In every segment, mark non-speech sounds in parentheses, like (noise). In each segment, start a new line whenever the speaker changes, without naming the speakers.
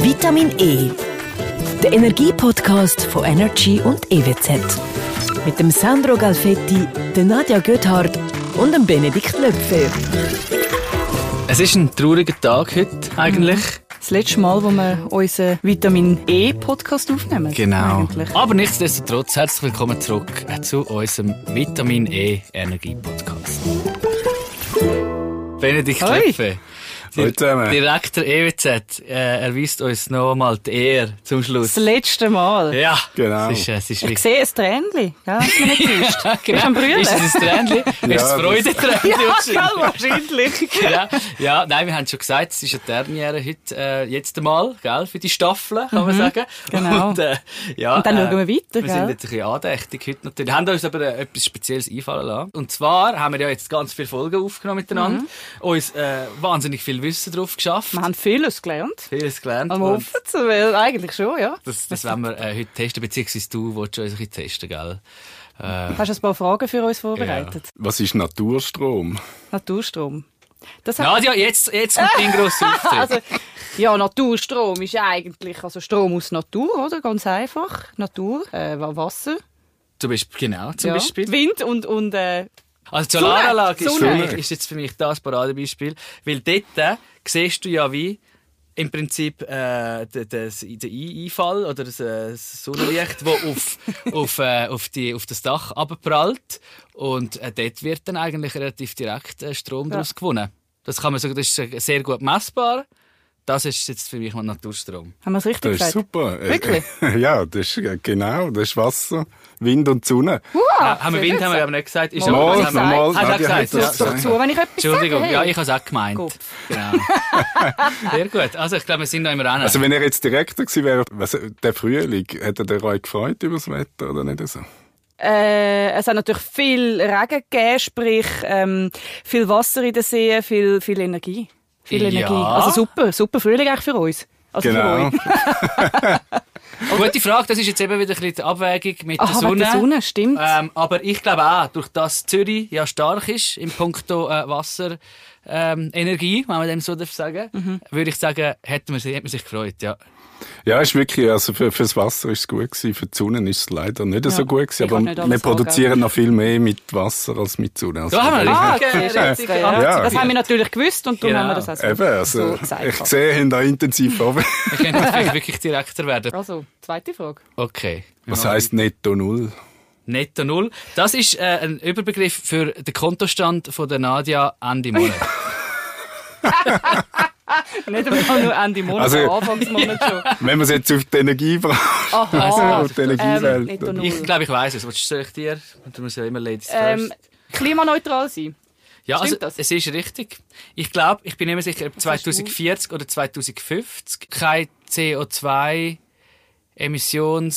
Vitamin E. Der Energie-Podcast von Energy und EWZ. Mit dem Sandro Galfetti, der Nadja Göthardt und dem Benedikt Löpfe.
Es ist ein trauriger Tag heute, eigentlich.
Das letzte Mal, wo wir unseren Vitamin E Podcast aufnehmen.
Genau.
Eigentlich.
Aber nichtsdestotrotz, herzlich willkommen zurück äh, zu unserem Vitamin E Energie Podcast. Benedikt
Hoi.
Löffe.
Hallo zusammen.
Direktor EWZ äh, erweist uns noch einmal die Ehre zum Schluss.
Das letzte Mal.
ja,
Genau.
Es ist, äh, es ist
Ich sehe ein Tränchen.
(laughs)
Ja, das mir nicht täuscht.
Genau.
Bist du am
(laughs)
Brüllen?
Ist es ein Tränchen? ist es
das-
Freudetränchen?
ja, wahrscheinlich.
(laughs) ja, ja, nein, wir haben schon gesagt, es ist eine Derniere heute, äh, jetzt einmal, gell, für die Staffel, kann man sagen.
Genau.
Und, äh, ja,
Und dann schauen wir weiter,
Wir sind
gell?
jetzt ein bisschen andächtig heute natürlich. Haben uns aber äh, etwas Spezielles einfallen lassen. Und zwar haben wir ja jetzt ganz viele Folgen aufgenommen miteinander,
Mhm.
uns äh, wahnsinnig viel Wissen drauf geschafft,
Wir haben vieles gelernt.
vieles gelernt.
Am
und
Hoffen zu, weil eigentlich schon, ja.
das, das werden wir äh, heute testen, beziehungsweise du willst uns ein bisschen testen, gell? Äh,
Hast du ein paar Fragen für uns vorbereitet?
Was ist Naturstrom?
Naturstrom. Das hat-
Nadja, jetzt, jetzt mit
(laughs)
deinem grossen Auftritt.
also, ja, Naturstrom ist eigentlich also Strom aus Natur, oder? Ganz einfach. Natur, äh, Wasser,
zum Beispiel, genau, zum
ja.
Beispiel.
Wind und, und äh,
Also die Solaranlage ist,
Sonne.
für mich- ist jetzt für mich das Paradebeispiel, weil dort äh, siehst du ja wie im Prinzip äh, den, den, den Einfall oder das, äh, das Sonnenlicht, das auf, auf, äh, auf, die, auf das Dach abprallt und äh, dort wird dann eigentlich relativ direkt äh, Strom daraus gewonnen. Das kann man sagen, das ist äh, sehr gut messbar. Das ist jetzt für mich mal Naturstrom.
haben wir es richtig
Das ist
gesagt?
super. Äh,
Wirklich?
äh, (laughs) Ja, das ist äh, genau, das ist Wasser, Wind und Sonne.
Wow,
äh, haben wir Wind, haben wir aber nicht gesagt. Ist
Mal,
aber- haben
mal,
wir-
mal,
Hast du auch
Nadja hat
gesagt?
das
Ja,
gesagt.
Doch zu, wenn ich etwas
Entschuldigung,
sage.
ja,
hey.
ich habe es auch gemeint.
Gut.
Genau. (laughs) Sehr gut. Also ich glaube, wir sind noch im Rennen.
Also wenn er jetzt Direktor gewesen wäre, was, äh, der Frühling, hätte er euch gefreut über das Wetter oder nicht Also, so?
Äh, es hat natürlich viel Regen gegeben, sprich ähm, viel Wasser in den Seen, viel, viel Energie. Viel
Ja.
Energie. Also super, super Frühling eigentlich für uns. Also
Genau.
für euch.
Gute Frage, das ist jetzt eben wieder ein bisschen die Abwägung mit
Aha,
der Sonne.
wegen der Sonne, stimmt.
Ähm, aber ich glaube auch, durch das Zürich ja stark ist im Punkto äh, Wasser, ähm, Energie, wenn man dem so darf sagen,
Mhm.
würde ich sagen, hätte man, sich- hätte man sich gefreut, ja.
Ja, ist wirklich, also für, fürs Wasser ist es gut gewesen, für die Sonne ist es leider nicht so gut
ich
gewesen,
kann
aber
nicht alles
wir produzieren noch viel mehr mit Wasser als mit Sonne. Also
Da haben wir
Ah,
richtig-
okay,
richtig-
richtig. Ja.
Ja.
Das haben wir natürlich gewusst und darum
Genau.
haben wir das auch so,
Eben, also,
so gezeigt.
ich sehe, ihn da
(laughs)
intensiv runter.
Wir könnten (laughs) vielleicht wirklich direkter werden.
Also, zweite Frage.
Okay.
Was heisst Netto Null?
Netto Null. Das ist äh, ein Überbegriff für den Kontostand von der Nadia Ende Monat.
(laughs) (laughs) Nicht einmal nur Ende Monat,
Also-
Anfangsmonat
(laughs)
schon.
Wenn man es jetzt auf die Energie braucht,
Aha. Ähm,
auf Also, die
äh,
Energiewelt.
netto null.
ich glaube, ich weiß es. Was soll ich dir? Du musst ja immer Ladies
Ähm,
first.
klimaneutral sein.
Ja, also,
Stimmt das?
es ist richtig. Ich glaube, ich bin nicht mehr sicher, ob 2040 oder 2050 keine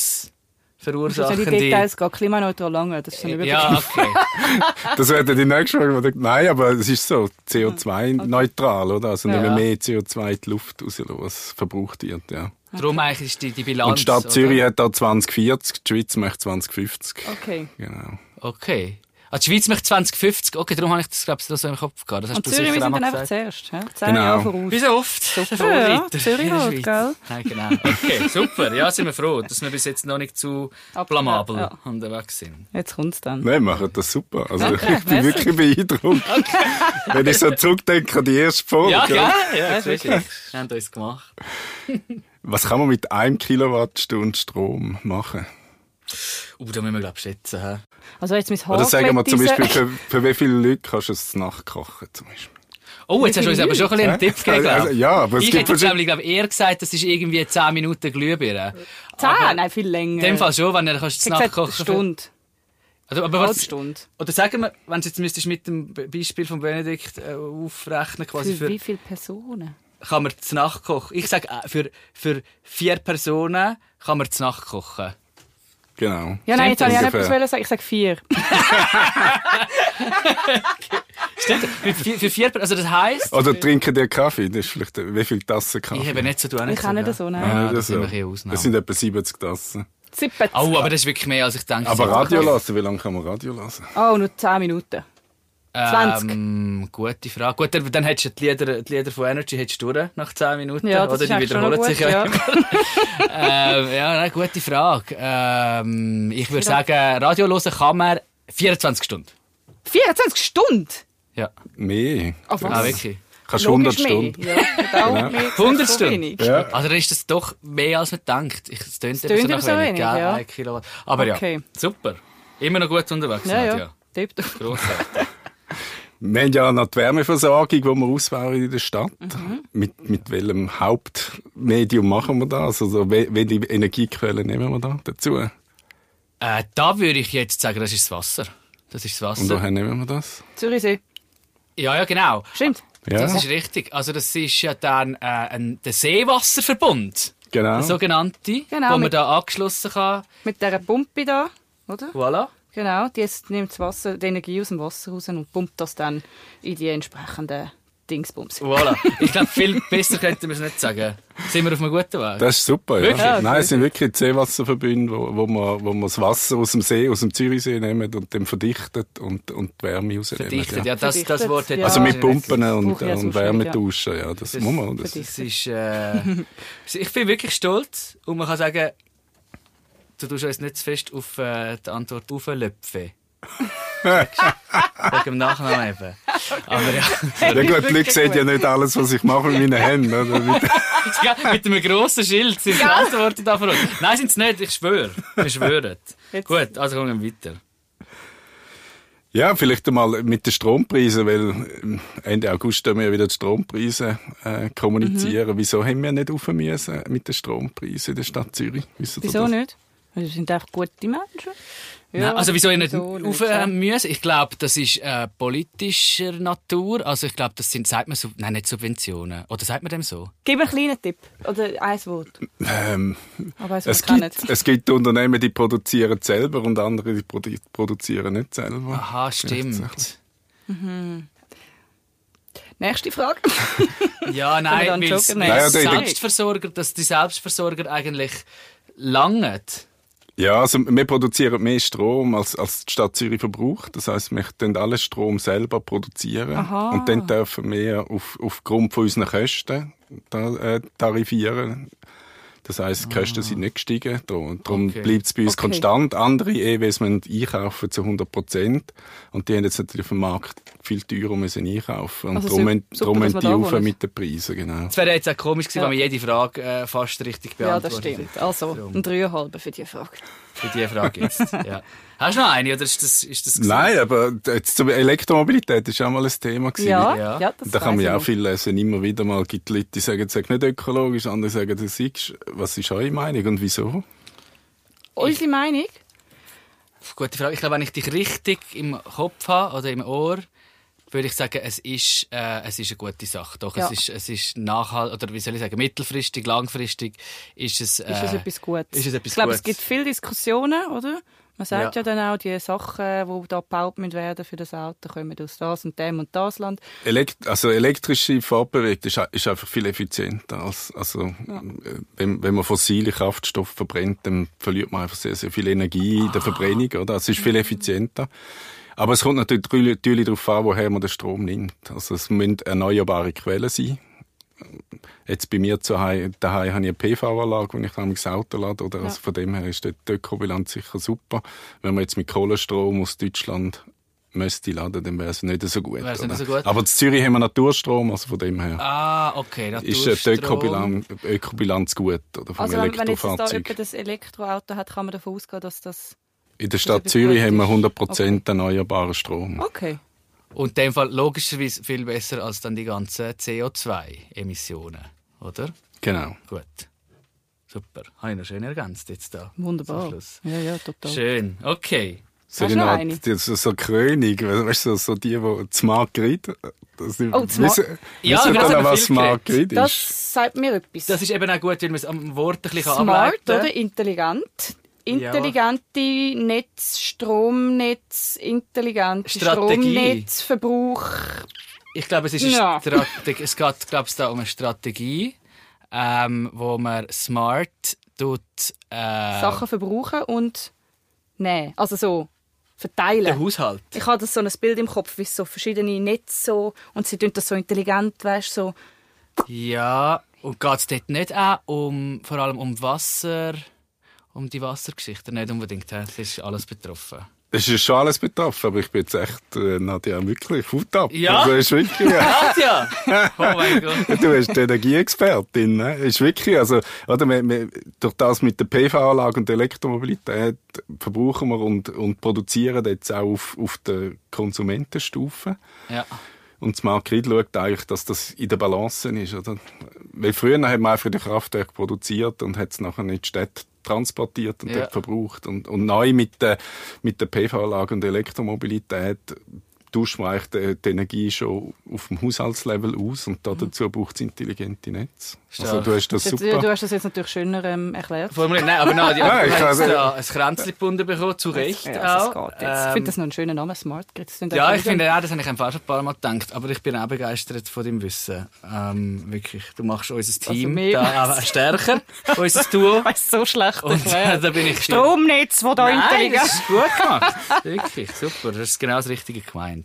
Das sind Also die
CO2-Emissionsverursachende.
Details gehen klimaneutral lange. Das ist ein Überblick.
Ja, okay.
(laughs)
Das wäre dann die nächste Frage. wo du- Nein, aber es ist so CO2-neutral, oder? Also
Ja.
nehmen mehr CO2 in die Luft raus, oder was verbraucht wird, ja.
Darum eigentlich ist die, die Bilanz.
Und die Stadt
oder?
Zürich hat da 2040, die Schweiz möchte 2050.
Okay.
Genau.
Okay. Ah, die Schweiz möchte 2050. Okay, darum habe ich das, glaube ich, so im Kopf gehabt. Das hast
Und
du
Zürich, wir
sicher auch
sind
mal
dann einfach
gesagt.
zuerst. Ja? Zehn
Genau.
Jahre voraus.
Wie so oft. der
ja.
Vorreiter
Zürich
in der
halt,
Schweiz.
gell?
Nein, genau. Okay, super. Ja, sind wir froh, dass wir bis jetzt noch nicht zu
Abgefahren,
blamabel
ja.
unterwegs sind.
Jetzt kommt's dann.
Nein, machen das super. Also ich bin wirklich beeindruckt. Wenn ich so zurückdenke an die erste Folge.
Ja,
oder?
ja, ja, siehst du. Wir haben uns gemacht.
Was kann man mit einem Kilowattstunde Strom machen?
Uh, da müssen wir, glaube ich, schätzen. hä?
Also jetzt mein Haar
Oh,
Oder sagen wir zum
glätt
Beispiel,
ist.
für, für wie viele Leute kannst du es nachkochen? Zum Beispiel?
Oh, jetzt hast du uns aber schon ein bisschen einen Tipp gegeben,
Also,
glaube ich.
ja, aber es
ich hätte
gibt
jetzt,
verschiedene-
nämlich, glaube ich, eher gesagt, das ist irgendwie 10 Minuten Glühbirne.
(laughs) Zehn? Nein, viel länger.
In dem Fall schon, wenn du kannst es
Ich gesagt,
nachkochen.
eine Stunde.
Also, aber
Eine
was,
Stunde.
oder sagen wir, wenn du jetzt müsstest mit dem Be- Beispiel von Benedikt äh, aufrechnen, quasi
Für
für,
wie viele Personen?
kann man zu Nacht kochen. Ich sage, äh, für, für vier Personen kann man zu Nacht kochen.
Genau.
Ja, nein, jetzt habe ich
Stimmt
auch nicht
ungefähr.
etwas wollen sagen. Ich sage vier.
Stimmt? für, vier, für vier, Per- also das heisst,
Oder trinken dir Kaffee? Das ist vielleicht, wie viele Tassen Kaffee?
ich habe nicht so tun.
Ich kann nicht so, nein.
Ja,
Oder
das sind
so.
wir hier Ausnahme.
Das sind etwa 70 Tassen.
Siebzehn.
(laughs) Oh, aber das ist wirklich mehr, als ich denke.
Aber
So.
Radio lassen, wie lange kann man Radio lassen?
Oh, nur zehn Minuten.
Ähm, gute Frage. Gut, dann dann hättest du die Lieder, die Lieder von Energy hättest du durch nach 10 Minuten.
Ja, das
oder
ist
die
eigentlich schon
wiederholen
noch
sich
gut,
ja
ja.
immer.
(laughs)
ähm, ja, nein, gute Frage. Ähm, ich würde sagen, Radio hören kann man 24 Stunden.
24 Stunden?
Ja,
Mehr.
Oh, was?
ah, wirklich.
Kannst
Logisch
100
mehr.
Stunden.
Ja, genau. Mehr
Genau.
gesagt,
100
so
Stunden?
wenig.
Ja.
Also dann ist das doch mehr als man denkt. Ich, es tönt eben
tönt
so nach
eben so
wenig,
wenig,
gell?
ja.
Ein Kilowatt. Aber ja,
Okay.
super. Immer noch gut unterwegs,
Ja,
Nadja.
ja. Tipptopp.
Grossartig.
Wir haben ja noch die Wärmeversorgung, die wir ausbauen in der Stadt.
Mhm.
Mit, mit welchem Hauptmedium machen wir das? Also, wel- welche Energiequellen nehmen wir da dazu?
äh, da würde ich jetzt sagen, das ist das Wasser. Das ist das
Und
Wasser.
woher nehmen wir das?
Zürichsee.
Ja, ja, genau.
Stimmt.
Ja,
Das ist richtig. Also das ist ja dann äh, ein, der Seewasserverbund,
genau.
der sogenannte,
Genau,
wo man
mit-
da angeschlossen kann.
Mit dieser Pumpe da, oder?
Voilà.
Genau, die jetzt nimmt das Wasser, die Energie aus dem Wasser raus und pumpt das dann in die entsprechenden Dingsbums.
Voilà. Ich glaube, viel besser könnten wir es nicht sagen. Sind wir auf einem guten Weg?
Das ist super, ja.
Wirklich?
Ja,
Nein, es sind wirklich die Seewasserverbünde, wo, wo, man, wo man das Wasser aus dem See, aus dem Zürichsee nehmen und dann verdichtet und, und die Wärme rausnehmen.
Verdichtet, ja, Ah, das, das
Verdichtet,
Wort hat
ja.
Also mit Pumpen und,
brauche ich als
und
Ausschnitt,
Wärme
ja.
tauschen, ja, das muss man. Das,
Das ist, äh, ich bin wirklich stolz und man kann sagen, du tust uns nicht zu fest auf äh, die Antwort
(laughs)
auflöpfen. Wegen dem Nachnamen eben. Aber ja,
ja gut, die Leute sehen ja nicht alles, was ich mache mit meinen Händen. Oder? Mit,
Ja, mit einem grossen Schild sind die Antworten da verrückt. Nein, sind sie nicht, ich schwöre. Wir schwören.
Jetzt-
Gut, also kommen wir weiter.
ja, vielleicht einmal mit den Strompreisen, weil ähm, Ende August haben wir ja wieder die Strompreise äh, kommunizieren. Wieso haben wir nicht auf müssen mit den Strompreisen in der Stadt Zürich? Wissen Sie
Wieso
das?
nicht? Wir sind einfach gute Menschen.
Nein, also wieso ich nicht auf äh,
ja.
müssen? Ich glaube, das ist äh, politischer Natur. Also ich glaube, das sind, sagt man, Sub nein, nicht Subventionen. Oder sagt man dem so?
Gib mir einen kleinen Tipp. Oder ein Wort.
Ähm,
Aber eins,
es,
was wir
gibt,
kennen.
es gibt Unternehmen, die produzieren selber und andere, die produ produzieren nicht selber.
Aha, stimmt.
Nächste
(laughs)
Frage.
Ja,
wir da
nein,
einen
weil
Joker
s-
nehmen?
weil
Naja, der- der-
Selbstversorger, dass die Selbstversorger eigentlich langen.
Ja, also wir produzieren mehr Strom, als, als die Stadt Zürich verbraucht. Das heißt, wir können alle Strom selber produzieren.
Aha.
Und dann dürfen wir auf, aufgrund von unseren Kosten ta- äh, tarifieren. Das heißt, die Kosten sind nicht gestiegen. Darum, darum
Okay.
bleibt es bei uns
Ah. Okay.
konstant. Andere EWs müssen einkaufen zu 100 Prozent. Und die haben jetzt natürlich auf dem Markt viel teurer müssen einkaufen. Und
Also
darum,
sup-
müssen-
super,
darum
dass
müssen
wir
die
da
rauf
wohnen.
mit den Preisen. Genau.
Es wäre jetzt auch komisch gewesen,
Ja.
wenn man jede Frage äh, fast richtig
Ja, das
beantwortet
stimmt. Also, ein Dreieinhalber für diese Frage.
Für diese Frage jetzt. Ja. Hast du noch eine oder ist das, ist das gewesen?
Nein, aber jetzt zur Elektromobilität ist auch mal ein Thema gewesen.
Ja,
Ja.
ja. das
da kann man
weiss
ja auch
ich
viel lesen. Immer wieder mal gibt es Leute, die sagen, sag nicht ökologisch, andere sagen, das ist. Was ist eure Meinung und wieso?
noch. Unsere Meinung?
Gute Frage. Ich glaube, wenn ich dich richtig im Kopf habe oder im Ohr, würde ich sagen, es ist, äh, es ist eine gute Sache. Doch,
Ja.
es ist, es ist nachhaltig, oder wie soll ich sagen, mittelfristig, langfristig ist es, äh,
Ist es etwas Gutes?
ist es etwas
ich glaube, es
Gutes.
gibt viele Diskussionen, oder? Man sagt
Ja.
ja, dann auch, die Sachen, die da gebaut müssen werden für das Auto, kommen aus das und dem und das Land.
Elekt also elektrische Fahrbewegt ist, ist einfach viel effizienter. Als, also, äh, wenn, wenn man fossile Kraftstoffe verbrennt, dann verliert man einfach sehr, sehr viel Energie in
Ah.
der Verbrennung. Oder? Es ist viel
Mhm.
effizienter. Aber es kommt natürlich drü- natürlich darauf an, woher man den Strom nimmt. Also es müssen erneuerbare Quellen sein. Jetzt bei mir zu Hause, daheim habe ich eine PV-Anlage, wenn ich dann das Auto lade. Oder? Also von dem her ist dort die Ökobilanz sicher super. Wenn man jetzt mit Kohlenstrom aus Deutschland müsste laden, dann wäre es nicht so gut.
Wäre es nicht
oder?
so gut.
Aber in Zürich haben wir Naturstrom, also von dem her
ah, okay,
ist
Naturstrom.
äh, die Ökobilanz, Ökobilanz gut oder vom
Also wenn, wenn jetzt da
Elektrofahrzeug.
jemand das Elektroauto hat, kann man davon ausgehen, dass das...
In der Stadt
etwas
Zürich
gut
haben wir
ist.
100% erneuerbaren Strom.
Okay.
Und in dem Fall logischerweise viel besser als dann die ganzen CO2-Emissionen, oder?
Genau.
Gut. Super. Habe ich noch schön ergänzt jetzt da.
Wunderbar.
Zum Schluss.
Ja, ja, total.
Schön. Okay.
So,
Hast du
eine
noch
Art-
eine?
die- so, so König, we- weißt du, so, so die, die das Margrit. Das sind,
Oh, das Mar-
wissen,
Ja,
wissen
wir
dann
haben
auch,
viel
was
geredet.
Margrit ist?
Das sagt mir etwas.
Das ist eben auch gut, weil man es am Wort ein bisschen
Smart,
ableiten
oder? Intelligent. Intelligente Netz, Stromnetz, intelligente
Strategie.
Stromnetzverbrauch.
Ich glaube, es, ist eine
Ja.
Strategie, es geht glaube ich, da um eine Strategie, ähm, wo man smart tut, äh,
Sachen verbrauchen und nehmen. Also so
Der
verteilen.
Haushalt.
Ich habe das so ein Bild im Kopf, wie so verschiedene Netze so, und sie tun das so intelligent, weißt so.
Ja, und geht es dort nicht auch um, vor allem um Wasser, um die Wassergeschichte? Nicht unbedingt, hä? das ist alles betroffen.
Es ist schon alles betroffen, aber ich bin jetzt echt, äh, Nadja, wirklich, Hut ab.
Ja?
Also, ist wirklich,
Katja! (laughs) Oh mein Gott.
Du bist die Energieexpertin, ne? Ist wirklich, also, oder, wir, wir, durch das mit der PV-Anlage und der Elektromobilität verbrauchen wir und, und produzieren jetzt auch auf, auf der Konsumentenstufe.
Ja.
Und das Markt schaut eigentlich, dass das in der Balance ist, oder? Weil früher hat man einfach die Kraftwerke produziert und hat es nachher in die Städte transportiert und
Ja.
dort verbraucht. Und, und neu mit der, mit der PV-Anlage und der Elektromobilität tauscht man eigentlich die, die Energie schon auf dem Haushaltslevel aus und da dazu braucht es intelligente Netze. Also
Stark.
du hast das
Du, du
super.
hast das jetzt natürlich schöner ähm, erklärt.
Vor allem, nein, aber Nadja,
Nein,
du
ich
hast
kann-
da ein Kränzchen gebunden bekommen, zu Recht
Ja, das
auch.
geht jetzt. ich
Ähm,
finde das noch einen schönen Namen, Smart Grid. Das klingt
ja,
auch
ich
schön.
finde auch, das habe ich einfach auch schon ein paar Mal gedacht, aber ich bin auch begeistert von deinem Wissen. Ähm, wirklich, du machst unser Team
mehr
da auch stärker, unser
(laughs)
Duo.
Ich weiss so schlecht.
Und äh, da bin ich
Stromnetz, wo da
Nein,
intelligent
das ist gut gemacht. Wirklich, super. Das ist genau das Richtige gemeint.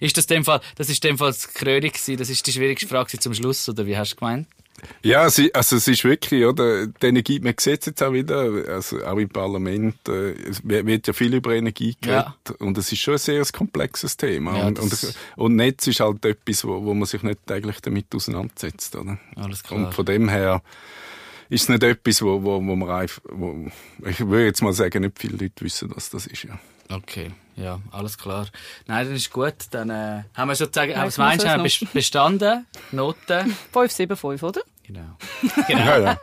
Ist das in dem Fall, das ist in dem Fall das Krönung gewesen, das ist die schwierigste Frage gewesen zum Schluss, oder wie hast du gemeint?
Ja, es i- also es ist wirklich, oder? Die Energie, man sieht es jetzt auch wieder, also auch im Parlament, äh, es wird wird ja viel über Energie geredet. Und es ist schon ein sehr komplexes Thema.
Ja,
und, und,
das-
es- und Netz ist halt etwas, wo, wo man sich nicht täglich damit auseinandersetzt, oder?
Alles klar.
Und von dem her ist es nicht etwas, wo, wo, wo man einfach, wo, ich würde jetzt mal sagen, nicht viele Leute wissen, was das ist, ja.
Okay, ja, alles klar. Nein, dann ist gut. Dann äh, haben wir sozusagen,
Ja,
was
ich muss
meinst du,
es
haben wir
noch.
bes- bestanden? Noten?
575, oder?
Genau.
ja,
(laughs)
ja.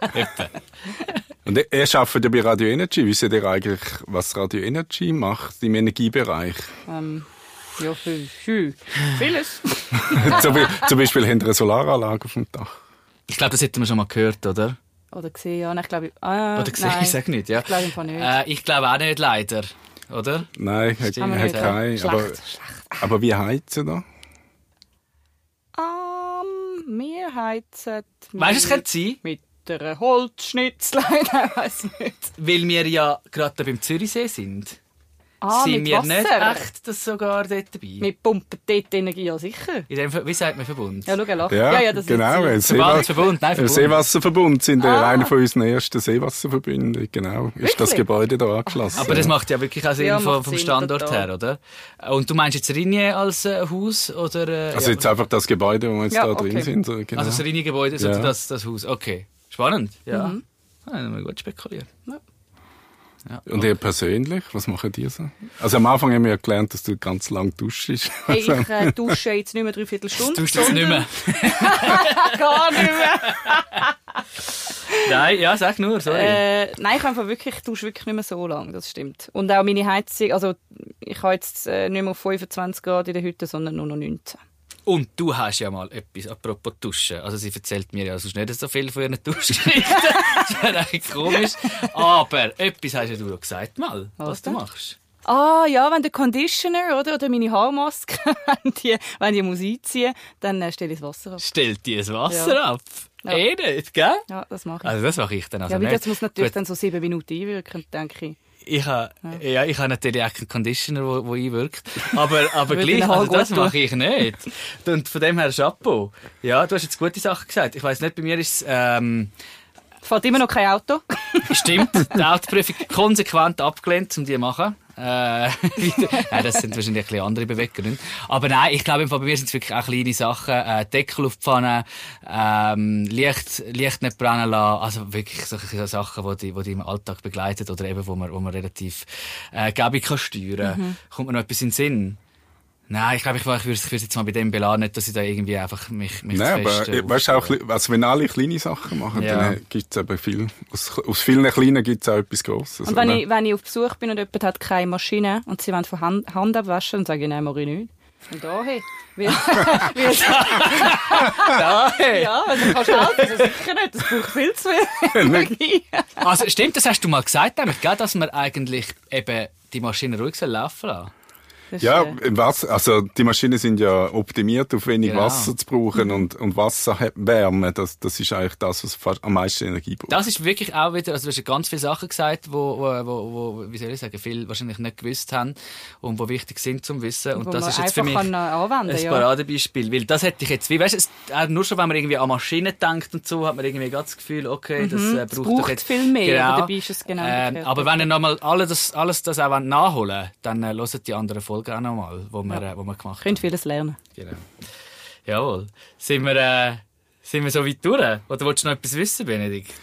Und ihr- ihr arbeitet ja bei Radio Energy. Wisst ihr eigentlich, was Radio Energy macht im Energiebereich?
Ähm, ja, viel, viel. Vieles.
(laughs) zum, Be- zum Beispiel habt ihr eine Solaranlage auf dem Dach.
Ich glaube, das hätten wir schon mal gehört, oder?
Oder gesehen, ja. Nein, ich glaube, ah,
Oder gesehen,
nein.
ich sag nicht, ja. Ich
glaube im Fall nicht.
Äh, ich glaube auch nicht, leider. Oder?
Nein, hat,
Stimmt.
hat keine.
Schlecht,
Aber,
schlecht.
aber wie heizen da?
Ähm, wir heizen mit-
Weißt du, es könnte sein,
mit einer Holzschnitzel. (laughs) Nein, weiß nicht.
weil wir ja gerade beim Zürichsee sind,
Ah,
sind
mit
wir
Wasser.
nicht echt das sogar dort dabei.
Wir pumpen dort Energie, ja sicher.
In dem Fall, wie sagt man Verbund?
Ja, schau, er lacht.
Ja,
ja, ja das ist
genau.
sie.
ein
Verband,
Seewas-
Verbund, nein,
Ein
Verbund.
Seewasserverbund sind ah. einer von unseren ersten Seewasserverbünde. Genau. Ist das
Wirklich?
Gebäude da angeschlossen?
Aber das macht ja wirklich auch Sinn
Ja,
vom,
macht
vom
Sinn,
Standort
total.
her, oder? Und du meinst jetzt Rinje als äh, Haus oder? Äh,
also
ja,
jetzt einfach das Gebäude, wo wir jetzt
Ja,
da
okay.
drin sind. so, Genau.
also das Rinje-Gebäude,
Ja.
sozusagen das, das Haus. Okay, spannend. Ja, ah, dann haben wir gut spekuliert.
Mhm. Ja.
Ja.
Und ihr persönlich, was machen die so? Also am Anfang haben wir ja gelernt, dass du ganz lang duschst. Also,
Hey,
(laughs)
ich äh, dusche jetzt nicht mehr dreiviertel Stunde.
(laughs) Du jetzt nicht mehr.
(laughs) Gar nicht mehr.
Nein, ja, sag nur, sorry.
Äh, nein, ich einfach wirklich, ich dusche wirklich nicht mehr so lange, das stimmt. Und auch meine Heizung, also ich habe jetzt äh, nicht mehr auf 25 Grad in der Hütte, sondern nur noch 19.
Und du hast ja mal etwas, apropos Duschen. Also sie erzählt mir ja sonst nicht so viel von ihren Duschgeschichten. (laughs) das wäre eigentlich komisch. Aber etwas hast ja du doch gesagt mal, was du
Oder?
machst.
Ah ja, wenn der Conditioner oder, oder meine Haarmaske, (laughs) wenn die, wenn die Musik ziehen, dann äh, stelle ich das Wasser ab.
Stellt dir das Wasser
Ja.
ab.
Ja.
Eh nicht, gell?
Ja, das mache ich.
Also das mache ich dann also
ja, aber
nicht.
das muss natürlich
Gut,
dann so sieben Minuten einwirken, denke ich.
ich habe ja. ich habe natürlich auch keinen Conditioner, wo, wo einwirkt.
(laughs)
Aber, aber
Würde
gleich,
ihnen
also
auch gut
das
tun.
mache ich nicht. Und von dem her Chapeau. Ja, du hast jetzt gute Sachen gesagt. Ich weiß nicht, bei mir ist es, ähm,
Fährt immer noch kein
(laughs)
Auto.
Stimmt, die Autoprüfung konsequent abgelehnt, um die zu machen. Äh, (laughs) nein, das sind wahrscheinlich ein bisschen andere Beweggründe. Aber nein, ich glaube, im Fall bei mir sind es wirklich auch kleine Sachen. Äh, Deckel auf die Pfanne, ähm, Licht, Licht nicht brennen lassen. Also wirklich solche Sachen, die dich, die dich im Alltag begleitet oder eben, wo man, wo man relativ äh, gäbig kann steuern Kommt mir noch etwas in den Sinn? Nein, ich glaube, ich, ich würde es jetzt mal bei dem beladen, nicht, dass ich da irgendwie einfach mich, mich zu
Nein, aber
fest, äh,
äh, weißt, auch, kle- also wenn alle kleine Sachen machen,
Ja.
dann gibt es eben viel. Aus, aus vielen kleinen gibt es auch etwas Grosses.
Und wenn
(laughs) oder?
ich, wenn ich auf Besuch bin und jemand hat keine Maschine und sie wollen von Hand, Hand abwaschen, dann sage ich, nein, mache ich nicht. Und da, (laughs) hey, wir, wir,
Nein.
ja, also kannst du helfen, also sicher nicht, das braucht viel zu viel Energie.
Also stimmt, das hast du mal gesagt, nämlich, gell, dass man eigentlich eben die Maschine ruhig soll laufen lassen
Das ist,
Ja,
äh,
was, also die Maschinen sind ja optimiert, auf wenig
Genau.
Wasser zu brauchen und, und Wasserwärme, das, das ist eigentlich das, was fast am meisten Energie braucht.
Das ist wirklich auch wieder, also du hast ja ganz viele Sachen gesagt, wo, wo, wo, wo wie soll ich sagen, viele wahrscheinlich nicht gewusst haben und wo wichtig sind zum Wissen. Und
wo
das
man
ist jetzt für
einfach
mich
kann äh, anwenden
ein
kann. Ja.
Paradebeispiel, weil das hätte ich jetzt, wie weißt du, es- auch nur schon, wenn man irgendwie an Maschinen denkt und so, hat man irgendwie ganz das Gefühl, okay, das äh, braucht,
Mhm, Es
doch
braucht
jetzt
viel mehr,
genau.
aber dabei ist es genau
Ähm,
umgekehrt.
aber wenn ihr nochmal alles das, alles das auch wollt nachholen wollt, dann äh, hört die anderen Folgen auch nochmal, wo wir, äh, wo wir gemacht haben.
Könnt vieles lernen.
Genau. Jawohl. Sind wir, äh, sind wir so weit durch? Oder willst du noch etwas wissen, Benedikt?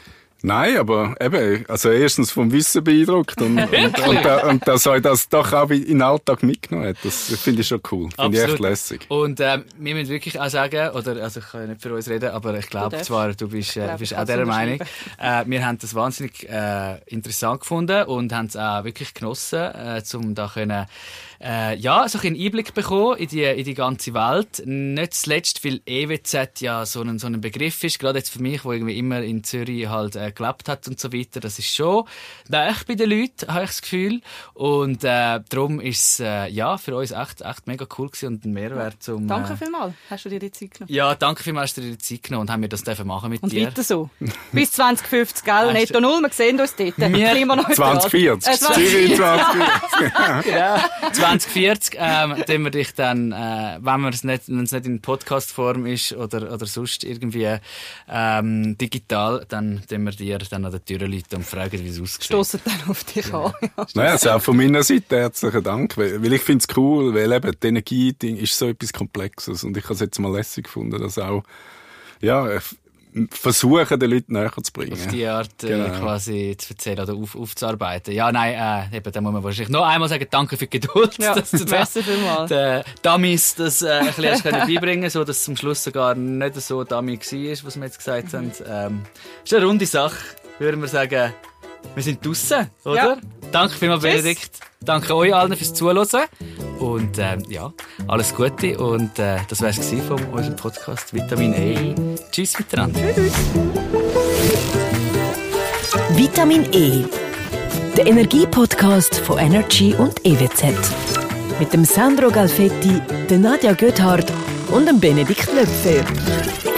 Nein, aber eben, also erstens vom Wissen beeindruckt
(laughs)
und, und, und, da- und dass euch das doch auch in den Alltag mitgenommen hat, das finde ich schon cool, finde ich echt
Absolut.
lässig.
Und ähm, wir müssen wirklich auch sagen, oder, also ich kann ja nicht für uns reden, aber ich glaube
darfst.
zwar, du bist, äh,
glaub,
du bist
ich
auch
kann's
dieser Meinung.
unterschreiben.
(laughs) Äh, wir haben das wahnsinnig äh, interessant gefunden und haben es auch wirklich genossen, äh, um da können, äh, ja, so ein bisschen Einblick bekommen in die, in die ganze Welt. Nicht zuletzt, weil EWZ ja so ein, so ein Begriff ist, gerade jetzt für mich, wo irgendwie immer in Zürich halt äh, gelebt hat und so weiter. Das ist schon nah bei den Leuten, habe ich das Gefühl. Und äh, darum ist es äh, ja, für uns echt, echt mega cool gewesen und ein Mehrwert zum...
Danke
äh,
vielmals. Hast du dir die Zeit genommen?
ja, danke vielmals, dass du dir die Zeit genommen und haben wir das dürfen machen mit
Und
dir.
weiter (laughs) so. Bis 2050, gell?
Hast
Netto Null, wir sehen uns dort.
Wir-
Klimaneutral.
2040,
Äh, 20.
Zürich 2040.
2040 ähm, tun wir dich dann, äh, wenn wir es nicht, wenn es nicht in Podcast-Form ist oder, oder sonst irgendwie ähm, digital, dann tun wir dir dann an der Tür läuten und fragen, wie es aussieht.
Stossen dann auf dich an. Ja.
Nein, also auch von meiner Seite herzlichen Dank, weil, weil ich finde es cool, weil eben die Energie Ding ist so etwas Komplexes und ich habe es jetzt mal lässig gefunden, dass auch, ja, f- versuchen, den Leuten näher zu bringen.
Auf die Art äh,
Genau.
quasi zu erzählen oder auf, aufzuarbeiten. Ja, nein, äh, eben, da muss man wahrscheinlich noch einmal sagen, danke für die Geduld,
(laughs) Ja,
(laughs) dass du das
merci vielmals.
den Dummies das äh, ein bisschen hast können beibringen so dass es am Schluss sogar nicht so Dummy war, was wir jetzt gesagt
Mhm.
haben. Ähm, ist eine runde Sache, würden wir sagen. Wir sind draussen, oder?
Ja.
Danke vielmals,
Tschüss.
Benedikt. Danke euch allen fürs Zuhören. Und ähm, ja, alles Gute. Und äh, das war es von unserem Podcast Vitamin E. Tschüss miteinander.
Vitamin E. Der Energie-Podcast von Energy und E EWZ. Mit dem Sandro Galfetti, der Nadja Göthardt und dem Benedikt Löpfer.